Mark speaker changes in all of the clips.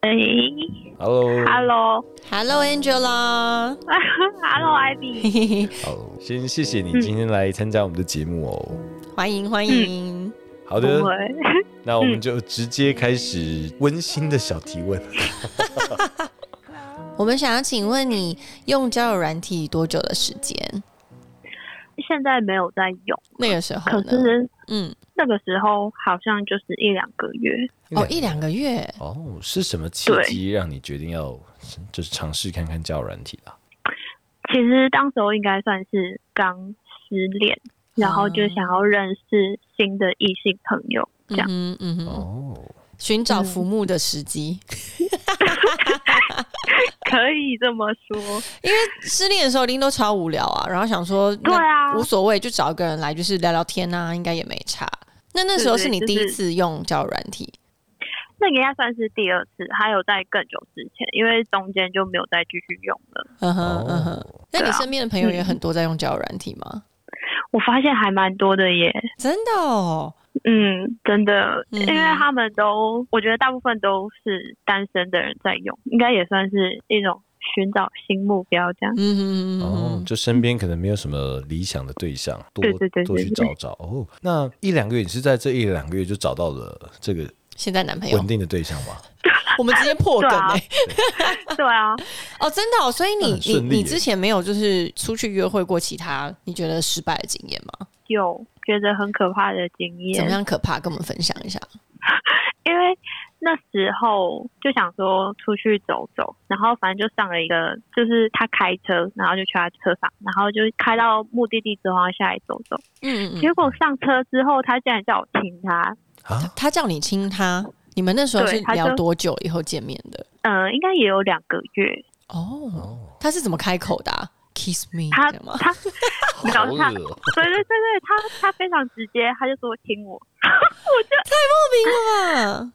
Speaker 1: 哎
Speaker 2: Hello，Hello，
Speaker 1: ，Hello，Hello
Speaker 3: Hello Angela，
Speaker 1: Ivy，
Speaker 2: 先谢谢
Speaker 1: 嗯
Speaker 2: 你今天来参加我们的节目哦。
Speaker 3: 欢迎欢迎。
Speaker 2: 好的
Speaker 1: 不，会，
Speaker 2: 那我们就直接开始温馨的小提问。
Speaker 3: 我们想要请问你用交友软体多久的时间？
Speaker 1: 现在没有在用，
Speaker 3: 那个时候
Speaker 1: 可
Speaker 3: 呢？
Speaker 1: 是
Speaker 3: 嗯，
Speaker 1: 那个时候好像就是一两个月，
Speaker 3: 哦，一两个月。
Speaker 2: 哦，是什么契机让你决定要就是尝试看看交友软体啊啦？
Speaker 1: 其实当时候应该算是刚失恋，
Speaker 2: 啊
Speaker 1: 然后就想要认识新的异性朋友，这
Speaker 3: 嗯
Speaker 1: 样、
Speaker 3: 哼嗯哼，
Speaker 2: 哦，
Speaker 3: 寻找浮木的时机，
Speaker 1: 可以这么说，
Speaker 3: 因为失恋的时候拎都超无聊啊，然后想说
Speaker 1: 对
Speaker 3: 那
Speaker 1: 啊，
Speaker 3: 无所谓，就找一个人来就是聊聊天啊，应该也没差。那那时候是你
Speaker 1: 对
Speaker 3: 第
Speaker 1: 对
Speaker 3: 一
Speaker 1: 就是
Speaker 3: 次用交友软体，
Speaker 1: 那个应该算是第二次，还有在更久之前，因为中间就没有再继续用了。
Speaker 3: 嗯哼嗯哼。
Speaker 2: 哦，
Speaker 3: 那你
Speaker 1: 对啊
Speaker 3: 身边的朋友也
Speaker 1: 嗯
Speaker 3: 很多在用交友软体吗？
Speaker 1: 我发现还蛮多的耶，
Speaker 3: 真的哦，
Speaker 1: 嗯，真的，
Speaker 3: 嗯
Speaker 1: 因为他们都，我觉得大部分都是单身的人在用，应该也算是一种寻找新目标这样。
Speaker 3: 嗯哼嗯哼
Speaker 2: 哦，
Speaker 3: 嗯哼，
Speaker 2: 就身边可能没有什么理想的对象，多
Speaker 1: 对对对对
Speaker 2: 多去找找。哦，那一两个月你是在这一两个月就找到了这个
Speaker 3: 现在男朋友
Speaker 2: 稳，定的对象吗？
Speaker 3: 我们直接破梗
Speaker 1: 对啊
Speaker 3: 哎、
Speaker 1: 对啊，
Speaker 3: 哦，真的、哦，所以
Speaker 2: 那
Speaker 3: 你
Speaker 2: 很
Speaker 3: 你
Speaker 2: 顺利
Speaker 3: 你
Speaker 2: 耶
Speaker 3: 之前没有就是出去约会过其他你觉得失败的经验吗？
Speaker 1: 有觉得很可怕的经
Speaker 3: 怎么
Speaker 1: 验，
Speaker 3: 样可怕？跟我们分享一下。
Speaker 1: 因为那时候就想说出去走走，然后反正就上了一个，就是他开车，然后就去他车上，然后就开到目的地之后要下来走走，
Speaker 3: 嗯嗯嗯，
Speaker 1: 结果上车之后，他竟然叫我停他，
Speaker 2: 啊，
Speaker 3: 他叫你亲他，你们那时候
Speaker 1: 对
Speaker 3: 是
Speaker 1: 他
Speaker 3: 聊
Speaker 1: 就
Speaker 3: 多久以后见面的？
Speaker 1: 嗯、应该也有两个月，
Speaker 3: 哦，
Speaker 2: 哦，
Speaker 3: 他是怎么开口的啊、？Kiss me，
Speaker 1: 他
Speaker 3: 这样吗？
Speaker 1: 他你
Speaker 2: 好
Speaker 1: 搞
Speaker 2: 恶
Speaker 1: 他
Speaker 2: 哦，
Speaker 1: 对对对对，他他非常直接，他就说亲我，
Speaker 3: 莫名了吧？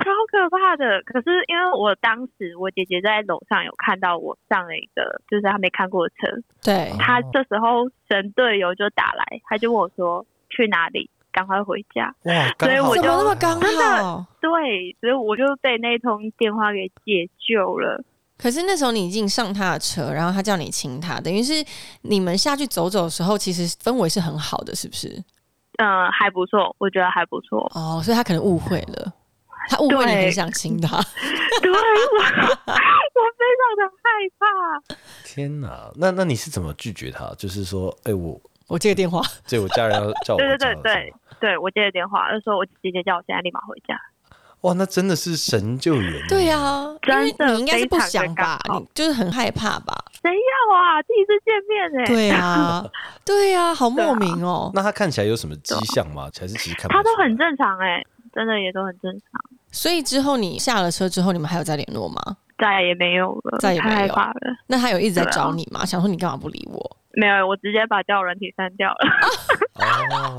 Speaker 1: 超可怕的。可是因为我当时我姐姐在楼上有看到我上了一个就是她没看过的车，
Speaker 3: 对
Speaker 2: 哦，
Speaker 1: 她这时候神队友就打来，她就问我说去哪里，赶快回家。
Speaker 2: 哇，
Speaker 1: 所以
Speaker 2: 刚好
Speaker 1: 我
Speaker 3: 怎
Speaker 1: 就
Speaker 3: 么那么刚
Speaker 1: 真
Speaker 3: 好
Speaker 1: 的？对，所以我就被那通电话给解救了。
Speaker 3: 可是那时候你已经上他的车，然后他叫你亲他，等于是你们下去走走的时候，其实氛围是很好的，是不是？。
Speaker 1: 嗯、还不错，我觉得还不错
Speaker 3: 哦，所以他可能误会了，他误会你很
Speaker 1: 对
Speaker 3: 想亲他。
Speaker 1: 对我，我非常的害怕。
Speaker 2: 天哪，那那你是怎么拒绝他？就是说，哎、我
Speaker 3: 我接个电话，
Speaker 1: 嗯
Speaker 2: 对我家人要叫我
Speaker 1: 对对
Speaker 2: 回家
Speaker 1: 对
Speaker 2: 了
Speaker 1: 对，对我接了电话，就说我姐姐叫我现在立马回家。
Speaker 2: 哇，那真的是神救援欸耶，
Speaker 3: 对呀、啊，因为
Speaker 1: 真的
Speaker 3: 你应该是不想吧
Speaker 1: 非常尴，尬
Speaker 3: 你就是很害怕吧？
Speaker 1: 谁要啊？第一次见面哎、
Speaker 3: 对 啊，对啊，好莫名哦。
Speaker 1: 啊
Speaker 2: 那他看起来有什么迹象吗？还是其实看不啊
Speaker 1: 他都
Speaker 2: 出来
Speaker 1: 很正常哎、真的也都很正常，
Speaker 3: 所以之后你下了车之后，你们还有在联络吗？
Speaker 1: 再也没有了，
Speaker 3: 再也没有
Speaker 1: 太害怕了。
Speaker 3: 那他有一直在
Speaker 1: 对啊
Speaker 3: 找你吗？想说你干嘛不理我？
Speaker 1: 没有，我直接把交友软体删掉了，
Speaker 2: 哦？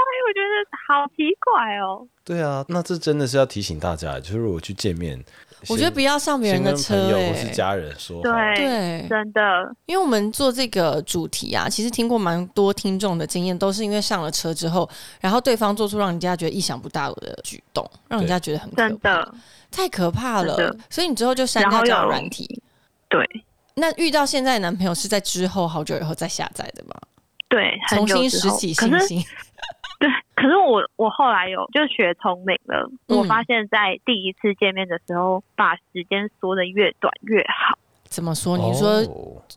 Speaker 1: 因为我觉得好奇怪哦。
Speaker 2: 对啊，那这真的是要提醒大家，就是如果去见面，
Speaker 3: 我觉得不
Speaker 2: 要
Speaker 3: 要上别人的
Speaker 2: 朋
Speaker 3: 车、
Speaker 2: 友
Speaker 3: 欸，
Speaker 2: 或是家人说，
Speaker 1: 对
Speaker 2: 好
Speaker 3: 对，
Speaker 1: 真的，
Speaker 3: 因为我们做这个主题啊，其实听过蛮多听众的经验，都是因为上了车之后，然后对方做出让人家觉得意想不到的举动，让人家觉得很可
Speaker 1: 真
Speaker 3: 怕，
Speaker 1: 的，
Speaker 3: 太可怕
Speaker 1: 真
Speaker 3: 了
Speaker 1: 的。
Speaker 3: 所以你之后就删
Speaker 1: 然
Speaker 3: 掉
Speaker 1: 后
Speaker 3: 交友
Speaker 1: 有
Speaker 3: 软体。
Speaker 1: 对
Speaker 3: 那遇到现在的男朋友是在之后好久以后再下载的吗？
Speaker 1: 对，很
Speaker 3: 重
Speaker 1: 久
Speaker 3: 新
Speaker 1: 之
Speaker 3: 拾
Speaker 1: 后
Speaker 3: 起
Speaker 1: 可
Speaker 3: 信
Speaker 1: 是
Speaker 3: 心。
Speaker 1: 对，可是我我后来有就学聪明了，
Speaker 3: 嗯
Speaker 1: 我发现在第一次见面的时候，把时间缩的越短越好。
Speaker 3: 怎么说？
Speaker 2: 哦
Speaker 3: 你说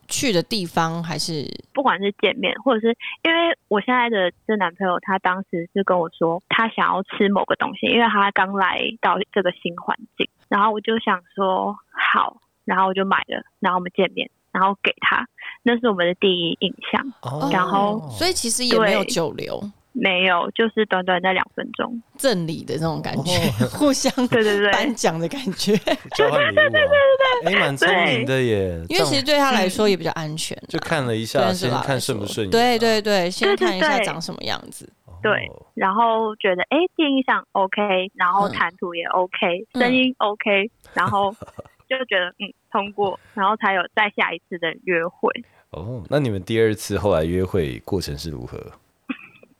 Speaker 3: 去的地方还是
Speaker 1: 不管是见面，或者是因为我现在的这男朋友，他当时是跟我说他想要吃某个东西，因为他刚来到这个新环境，然后我就想说好，然后我就买了，然后我们见面，然后给他，那是我们的第一印象，
Speaker 2: 哦
Speaker 1: 然后
Speaker 3: 所以其实也没有
Speaker 1: 对
Speaker 3: 久留
Speaker 1: 没有，就是短短那两分钟，
Speaker 3: 赠礼的那种感觉， 互相
Speaker 1: 对对对，
Speaker 3: 颁奖的感觉。
Speaker 2: 交换礼物啊，哎，蛮聪明的耶，
Speaker 3: 因为其
Speaker 2: 这
Speaker 3: 实
Speaker 2: 样
Speaker 3: 对他来说也比较安 全啊、
Speaker 2: 就看了一
Speaker 3: 对
Speaker 2: 下，
Speaker 3: 安
Speaker 2: 先
Speaker 3: 吉拉来说
Speaker 2: 看顺不顺眼，啊
Speaker 3: 对，对对，先
Speaker 1: 对对
Speaker 3: 看一下
Speaker 1: 对
Speaker 3: 长什么样子。
Speaker 1: 对然后觉得哎，第一印象 OK，然后
Speaker 3: 嗯
Speaker 1: 谈吐也 OK，、
Speaker 3: 嗯
Speaker 1: 声音 OK，然后就觉得嗯通过，然后才有再下一次的约会。
Speaker 2: 哦，那你们第二次后来约会过程是如何？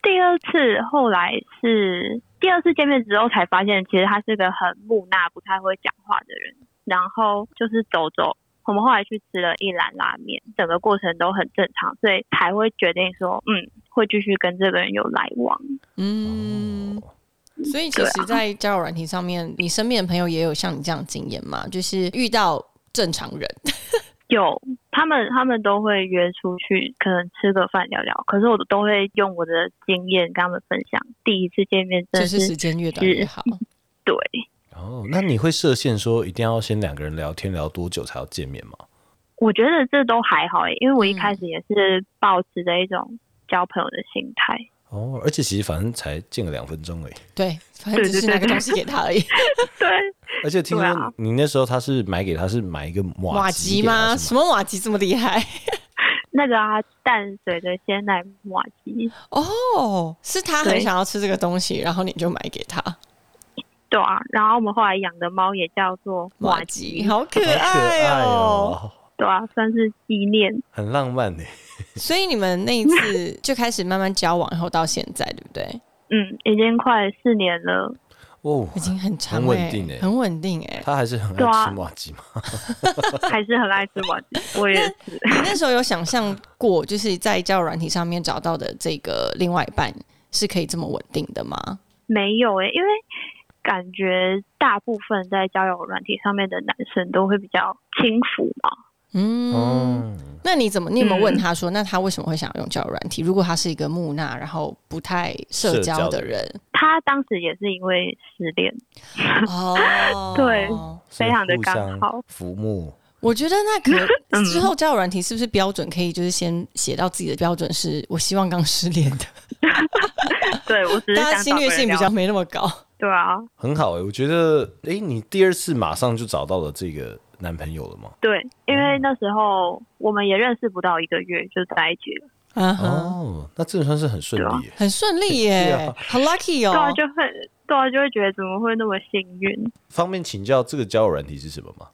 Speaker 1: 第二次后来是第二次见面之后才发现，其实他是个很木讷、不太会讲话的人。然后就是走走，我们后来去吃了一兰拉面，整个过程都很正常，所以才会决定说，嗯，会继续跟这个人有来往。
Speaker 3: 嗯，所以其实，在交友软体上面，你身边的朋友也有像你这样的经验吗？就是遇到正常人，
Speaker 1: 有他们， 他们都会约出去，可能吃个饭聊聊。可是我都会用我的经验跟他们分享。第一次见面真
Speaker 3: 就
Speaker 1: 的
Speaker 3: 是
Speaker 1: 是
Speaker 3: 时间越短越好。
Speaker 1: 对，
Speaker 2: 哦，那你会设限说一定要先两个人聊天聊多久才要见面吗？
Speaker 1: 我觉得这都还好、欸，因为我一
Speaker 3: 嗯
Speaker 1: 开始也是抱持着一种交朋友的心态。
Speaker 2: 哦，而且其实反正才见个两分钟而已，
Speaker 3: 对，反正只是拿个东西给他而 已。
Speaker 1: 对，
Speaker 2: 而且听
Speaker 1: 对啊
Speaker 2: 说你那时候他是买给他是买一个
Speaker 3: 瓦
Speaker 2: 吉
Speaker 3: 吉
Speaker 2: 给他
Speaker 3: 吗？
Speaker 2: 是
Speaker 3: 什么瓦吉这么厉害？
Speaker 1: 那个啊，淡水的鲜奶马吉，
Speaker 3: 哦，是他很
Speaker 1: 对
Speaker 3: 想要吃这个东西，然后你就买给他
Speaker 1: 对啊。然后我们后来养的猫也叫做
Speaker 3: 瓦
Speaker 1: 马
Speaker 3: 吉，
Speaker 1: 吉，
Speaker 3: 好可
Speaker 2: 好可
Speaker 1: 哎
Speaker 3: 爱
Speaker 2: 爱
Speaker 3: 哦。
Speaker 2: 哦，
Speaker 1: 对啊，算是纪念。
Speaker 2: 很浪漫呢。
Speaker 3: 所以你们那一次就开始慢慢交往，然后到现在，对不对？
Speaker 1: 嗯，已经快四年 了。
Speaker 2: 哦，
Speaker 3: 已经很长、欸，
Speaker 2: 很稳定欸
Speaker 3: 很稳定哎、
Speaker 2: 他还是很
Speaker 1: 对
Speaker 2: 爱
Speaker 1: 啊
Speaker 2: 吃马吉吗？
Speaker 1: 还是很爱吃麻吉，我也是。
Speaker 3: 你那时候有想象过，就是在交友软体上面找到的这个另外一半是可以这么稳定的吗？
Speaker 1: 没有诶、因为感觉大部分在交友软体上面的男生都会比较轻浮嘛。
Speaker 3: 嗯，
Speaker 2: 哦，
Speaker 3: 那你怎么？你有没
Speaker 1: 嗯
Speaker 3: 有问他说，那他为什么会想用交友软体？如果他是一个木讷，然后不太社交的人，
Speaker 1: 他当时也是因为失恋，
Speaker 3: 哦，
Speaker 1: 对
Speaker 2: 所
Speaker 1: 非
Speaker 2: 以
Speaker 1: 常地
Speaker 2: 互相
Speaker 1: 刚好
Speaker 2: 浮木。
Speaker 3: 我觉得那可
Speaker 1: 嗯
Speaker 3: 之后交友软体是不是标准可以就是先写到自己的标准是我希望刚失恋的，
Speaker 1: 对我只是 想
Speaker 3: 大家侵
Speaker 1: 找个
Speaker 3: 略
Speaker 1: 人
Speaker 3: 性比
Speaker 1: 聊
Speaker 3: 较没那么高。
Speaker 1: 对啊，
Speaker 2: 很好哎、我觉得哎、诶你第二次马上就找到了这个男朋友了吗？
Speaker 1: 对，因
Speaker 3: 哦
Speaker 1: 为那时候我们也认识不到一个月就在一起了，
Speaker 3: 啊哈、
Speaker 2: 哦，那真的算是很顺利、
Speaker 1: 啊
Speaker 2: 欸。
Speaker 3: 很顺利
Speaker 2: 对
Speaker 3: 耶
Speaker 2: 啊，
Speaker 3: 好 lucky
Speaker 1: 对啊
Speaker 3: 哦。
Speaker 1: 就会对啊就会觉得怎么会那么幸运
Speaker 2: 方便请教这个交友软体是什么吗？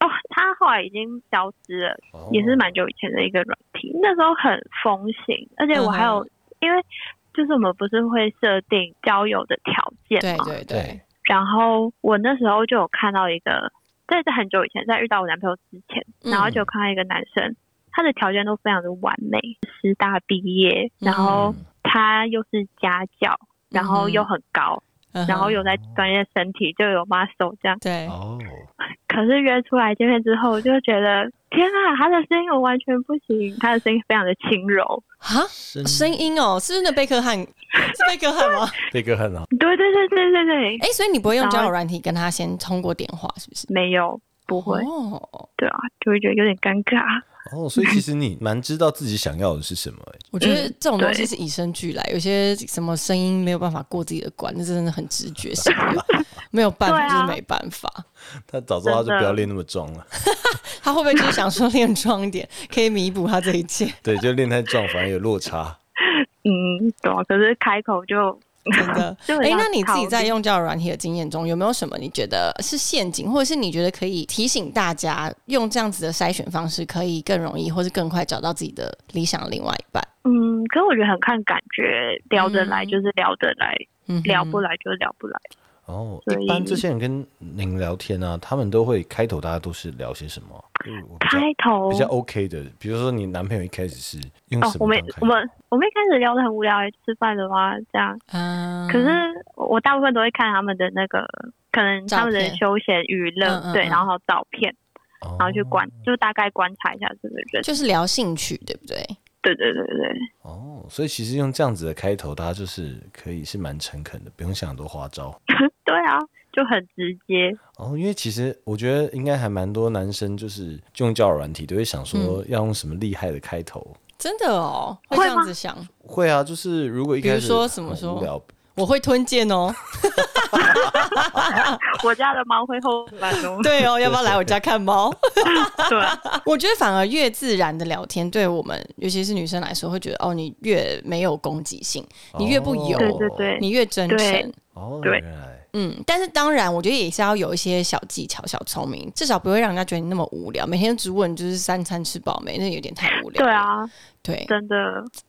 Speaker 1: 哦？他后来已经消失了，
Speaker 2: 哦
Speaker 1: 也是蛮久以前的一个软体，那时候很风行，而且我还有、
Speaker 3: 嗯
Speaker 1: 因为就是我们不是会设定交友的条件
Speaker 3: 对
Speaker 1: 嘛，
Speaker 3: 对对
Speaker 2: 对，
Speaker 1: 然后我那时候就有看到一个，在在很久以前，在遇到我男朋友之前，
Speaker 3: 嗯
Speaker 1: 然后就有看到一个男生，他的条件都非常的完美，师大毕业，然后
Speaker 2: 嗯
Speaker 1: 他又是家教，然后又很高，
Speaker 3: 嗯哼
Speaker 1: 然后又在专业身体就有 muscle 这样。
Speaker 3: 对，
Speaker 2: 哦，
Speaker 1: 可是约出来见面之后，我就觉得天啊，他的声音我完全不行，他的声音非常的轻柔。
Speaker 3: 哈，
Speaker 2: 声
Speaker 3: 声音哦，是不是那贝克汉？是贝克汉吗？
Speaker 2: 这个很好，
Speaker 1: 对对对对对对，
Speaker 3: 哎、所以你不会用
Speaker 1: 然后
Speaker 3: 交友软体跟他先通过电话，是不是？
Speaker 1: 没有不会，
Speaker 3: 哦，
Speaker 1: 对啊，就会觉得有点尴尬。
Speaker 2: 哦，所以其实你蛮知道自己想要的是什么、欸。
Speaker 3: 我觉得这种东西
Speaker 1: 嗯对
Speaker 3: 是与生俱来，有些什么声音没有办法过自己的关，那真的很直觉性 的，没有办法、
Speaker 1: 对啊
Speaker 3: 就是没办法。
Speaker 2: 他早知道他就
Speaker 1: 真的
Speaker 2: 不要练那么壮 了，
Speaker 3: 他会不会就是想说练壮一点，可以弥补他这一切？
Speaker 2: 对，就练太壮反而有落差。
Speaker 1: 嗯，懂、可是开口就
Speaker 3: 真
Speaker 1: ，
Speaker 3: 的
Speaker 1: 就很
Speaker 3: 哎、
Speaker 1: 像
Speaker 3: 那你自己
Speaker 1: 考
Speaker 3: 在
Speaker 1: 虑
Speaker 3: 用交友软体的经验中，有没有什么你觉得是陷阱，或者是你觉得可以提醒大家用这样子的筛选方式，可以更容易或是更快找到自己的理想另外一半？
Speaker 1: 嗯，可我觉得很看感觉，聊得来就是聊得来，
Speaker 3: 嗯哼，
Speaker 1: 聊不来就聊不来。
Speaker 2: 哦，
Speaker 1: 所以
Speaker 2: 一般这些人跟您聊天啊，他们都会开头大家都是聊些什么？就是我比较
Speaker 1: 开头
Speaker 2: 比较 OK 的，比如说你男朋友一开始是用
Speaker 1: 哦
Speaker 2: 什，
Speaker 1: 我
Speaker 2: 么
Speaker 1: 们
Speaker 2: 当开头？
Speaker 1: 我们我们一开始聊得很无聊，哎吃饭的话这样。
Speaker 3: 啊，
Speaker 1: 可是我大部分都会看他们的那个，可能他们
Speaker 3: 照
Speaker 1: 的
Speaker 3: 片
Speaker 1: 休闲娱乐
Speaker 3: 嗯嗯，
Speaker 1: 对，
Speaker 3: 嗯
Speaker 1: 然后还有照片，
Speaker 2: 哦
Speaker 1: 然后去观，就大概观察一下这个人。
Speaker 3: 就是聊兴趣，对不对？
Speaker 1: 对对对对，
Speaker 2: 哦，所以其实用这样子的开头，大家就是可以是蛮诚恳的，不用想很多花招。
Speaker 1: 对啊，就很直接。
Speaker 2: 哦，因为其实我觉得应该还蛮多男生就是就用交友软体都会想
Speaker 3: 嗯
Speaker 2: 说要用什么厉害的开头。
Speaker 3: 真的哦，会
Speaker 1: 会
Speaker 3: 这样
Speaker 1: 吗
Speaker 3: 子想，
Speaker 2: 会啊，就是如果一开始
Speaker 3: 比如说怎么说
Speaker 2: 很无聊，
Speaker 3: 我会吞 剑哦，。
Speaker 1: 我家的猫会后翻哦
Speaker 3: 对哦，要不要来我家看猫？
Speaker 1: 对啊，
Speaker 3: 我觉得反而越自然的聊天，对我们尤其是女生来说，会觉得哦，你越没有攻击性，你越不油，
Speaker 1: 对对对
Speaker 3: 你越真
Speaker 1: 对
Speaker 3: 诚。
Speaker 2: 哦，
Speaker 1: 对
Speaker 2: 原来
Speaker 3: 嗯，但是当然，我觉得也是要有一些小技巧、小聪明，至少不会让人家觉得你那么无聊。每天只问就是三餐吃饱没，那有点太无聊。
Speaker 4: 对，啊，
Speaker 3: 对，
Speaker 4: 真的，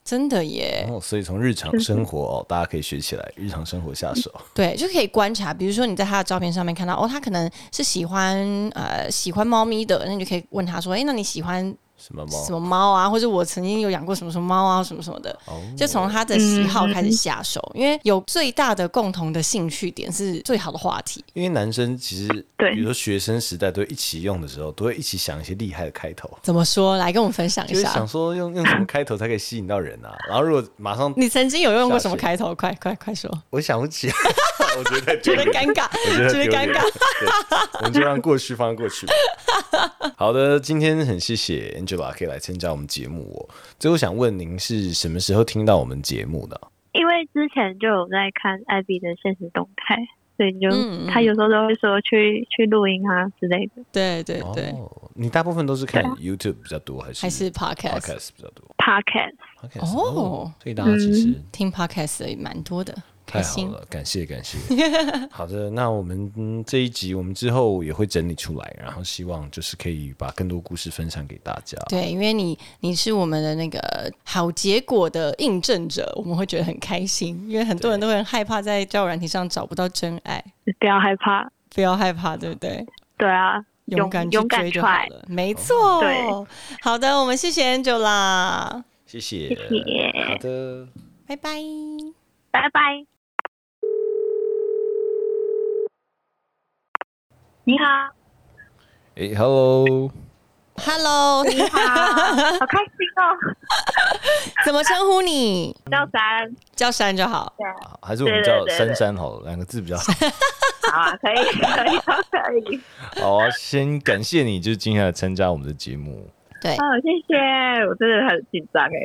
Speaker 3: 真的耶。
Speaker 2: 哦，所以从日常生活哦，大家可以学起来，日常生活下 手。
Speaker 3: 对，就可以观察，比如说你在他的照片上面看到，哦，他可能是喜欢呃喜欢猫咪的，那你就可以问他说，哎、那你喜欢
Speaker 2: 什么
Speaker 3: 什
Speaker 2: 猫？
Speaker 3: 么猫啊？或者我曾经有养过什么什么猫啊，什么什么的，
Speaker 2: 哦，
Speaker 3: 就从他的喜好开始下手，因为有最大的共同的兴趣点是最好的话题。
Speaker 2: 因为男生其实，
Speaker 4: 对
Speaker 2: 比如说学生时代都会一起用的时候，都会一起想一些厉害的开头，
Speaker 3: 怎么说？来跟我们分享
Speaker 2: 就
Speaker 3: 一
Speaker 2: 是
Speaker 3: 下。
Speaker 2: 想说用用什么开头才可以吸引到人啊。然后如果马上
Speaker 3: 你曾经有用过
Speaker 2: 下
Speaker 3: 什么
Speaker 2: 去
Speaker 3: 开头？快快快说！
Speaker 2: 我想不起来， 我觉得太丢
Speaker 3: 觉得
Speaker 2: 脸了
Speaker 3: 尴尬，
Speaker 2: 我觉得
Speaker 3: 觉
Speaker 2: 很
Speaker 3: 得
Speaker 2: 丢
Speaker 3: 尴
Speaker 2: 脸
Speaker 3: 尬。
Speaker 2: 对我们就让过去放在过 去吧。好的，今天很谢谢 Angela 可以来参加我们节目哦。最后想问您是什么时候听到我们节目的？
Speaker 4: 因为之前就有在看艾比的现实动态，所以就、
Speaker 3: 嗯嗯
Speaker 4: 他有时候都会说去去录音啊之类的
Speaker 3: 对对对，
Speaker 2: 哦，你大部分都是看 YouTube 比较多，还是
Speaker 3: 还是 podcast
Speaker 2: podcast 比较多
Speaker 4: podcast。
Speaker 2: ？podcast
Speaker 3: 哦
Speaker 2: 哦，所以大家其实
Speaker 3: 听 podcast 也蛮多的，
Speaker 2: 太
Speaker 3: 开
Speaker 2: 好
Speaker 3: 心。
Speaker 2: 了，感谢感 谢。好的，那我们、嗯这一集我们之后也会整理出来，然后希望就是可以把更多故事分享给大家。
Speaker 3: 对，因为你你是我们的那个好结果的印证者，我们会觉得很开心，因为很多人都会很害怕在交友软体上找不到真爱，
Speaker 4: 不要害怕，
Speaker 3: 不要害怕，对不对？
Speaker 4: 对啊，
Speaker 3: 勇敢哦去
Speaker 4: 勇敢
Speaker 3: 追就好
Speaker 4: try
Speaker 3: 了，没错。
Speaker 4: 对
Speaker 3: 好的，我们谢谢 Angela，
Speaker 2: 谢谢，
Speaker 4: 谢谢
Speaker 2: 好的。
Speaker 3: 拜拜。
Speaker 4: 拜拜。你好，
Speaker 2: 诶 h e l l o
Speaker 3: Hello，
Speaker 4: 你好，好开心哦！
Speaker 3: 怎么称呼你？
Speaker 4: 到三，
Speaker 3: 叫珊就好。
Speaker 2: 啊还是我们
Speaker 4: 对对
Speaker 2: 叫
Speaker 4: 对
Speaker 2: 珊珊好了，两个字比较 好。
Speaker 4: 好啊，可以，可以，可以。
Speaker 2: 好啊，先感谢你，就是今天来参加我们的节目，
Speaker 3: 对，
Speaker 4: 哦，谢谢，我真的很紧张哎，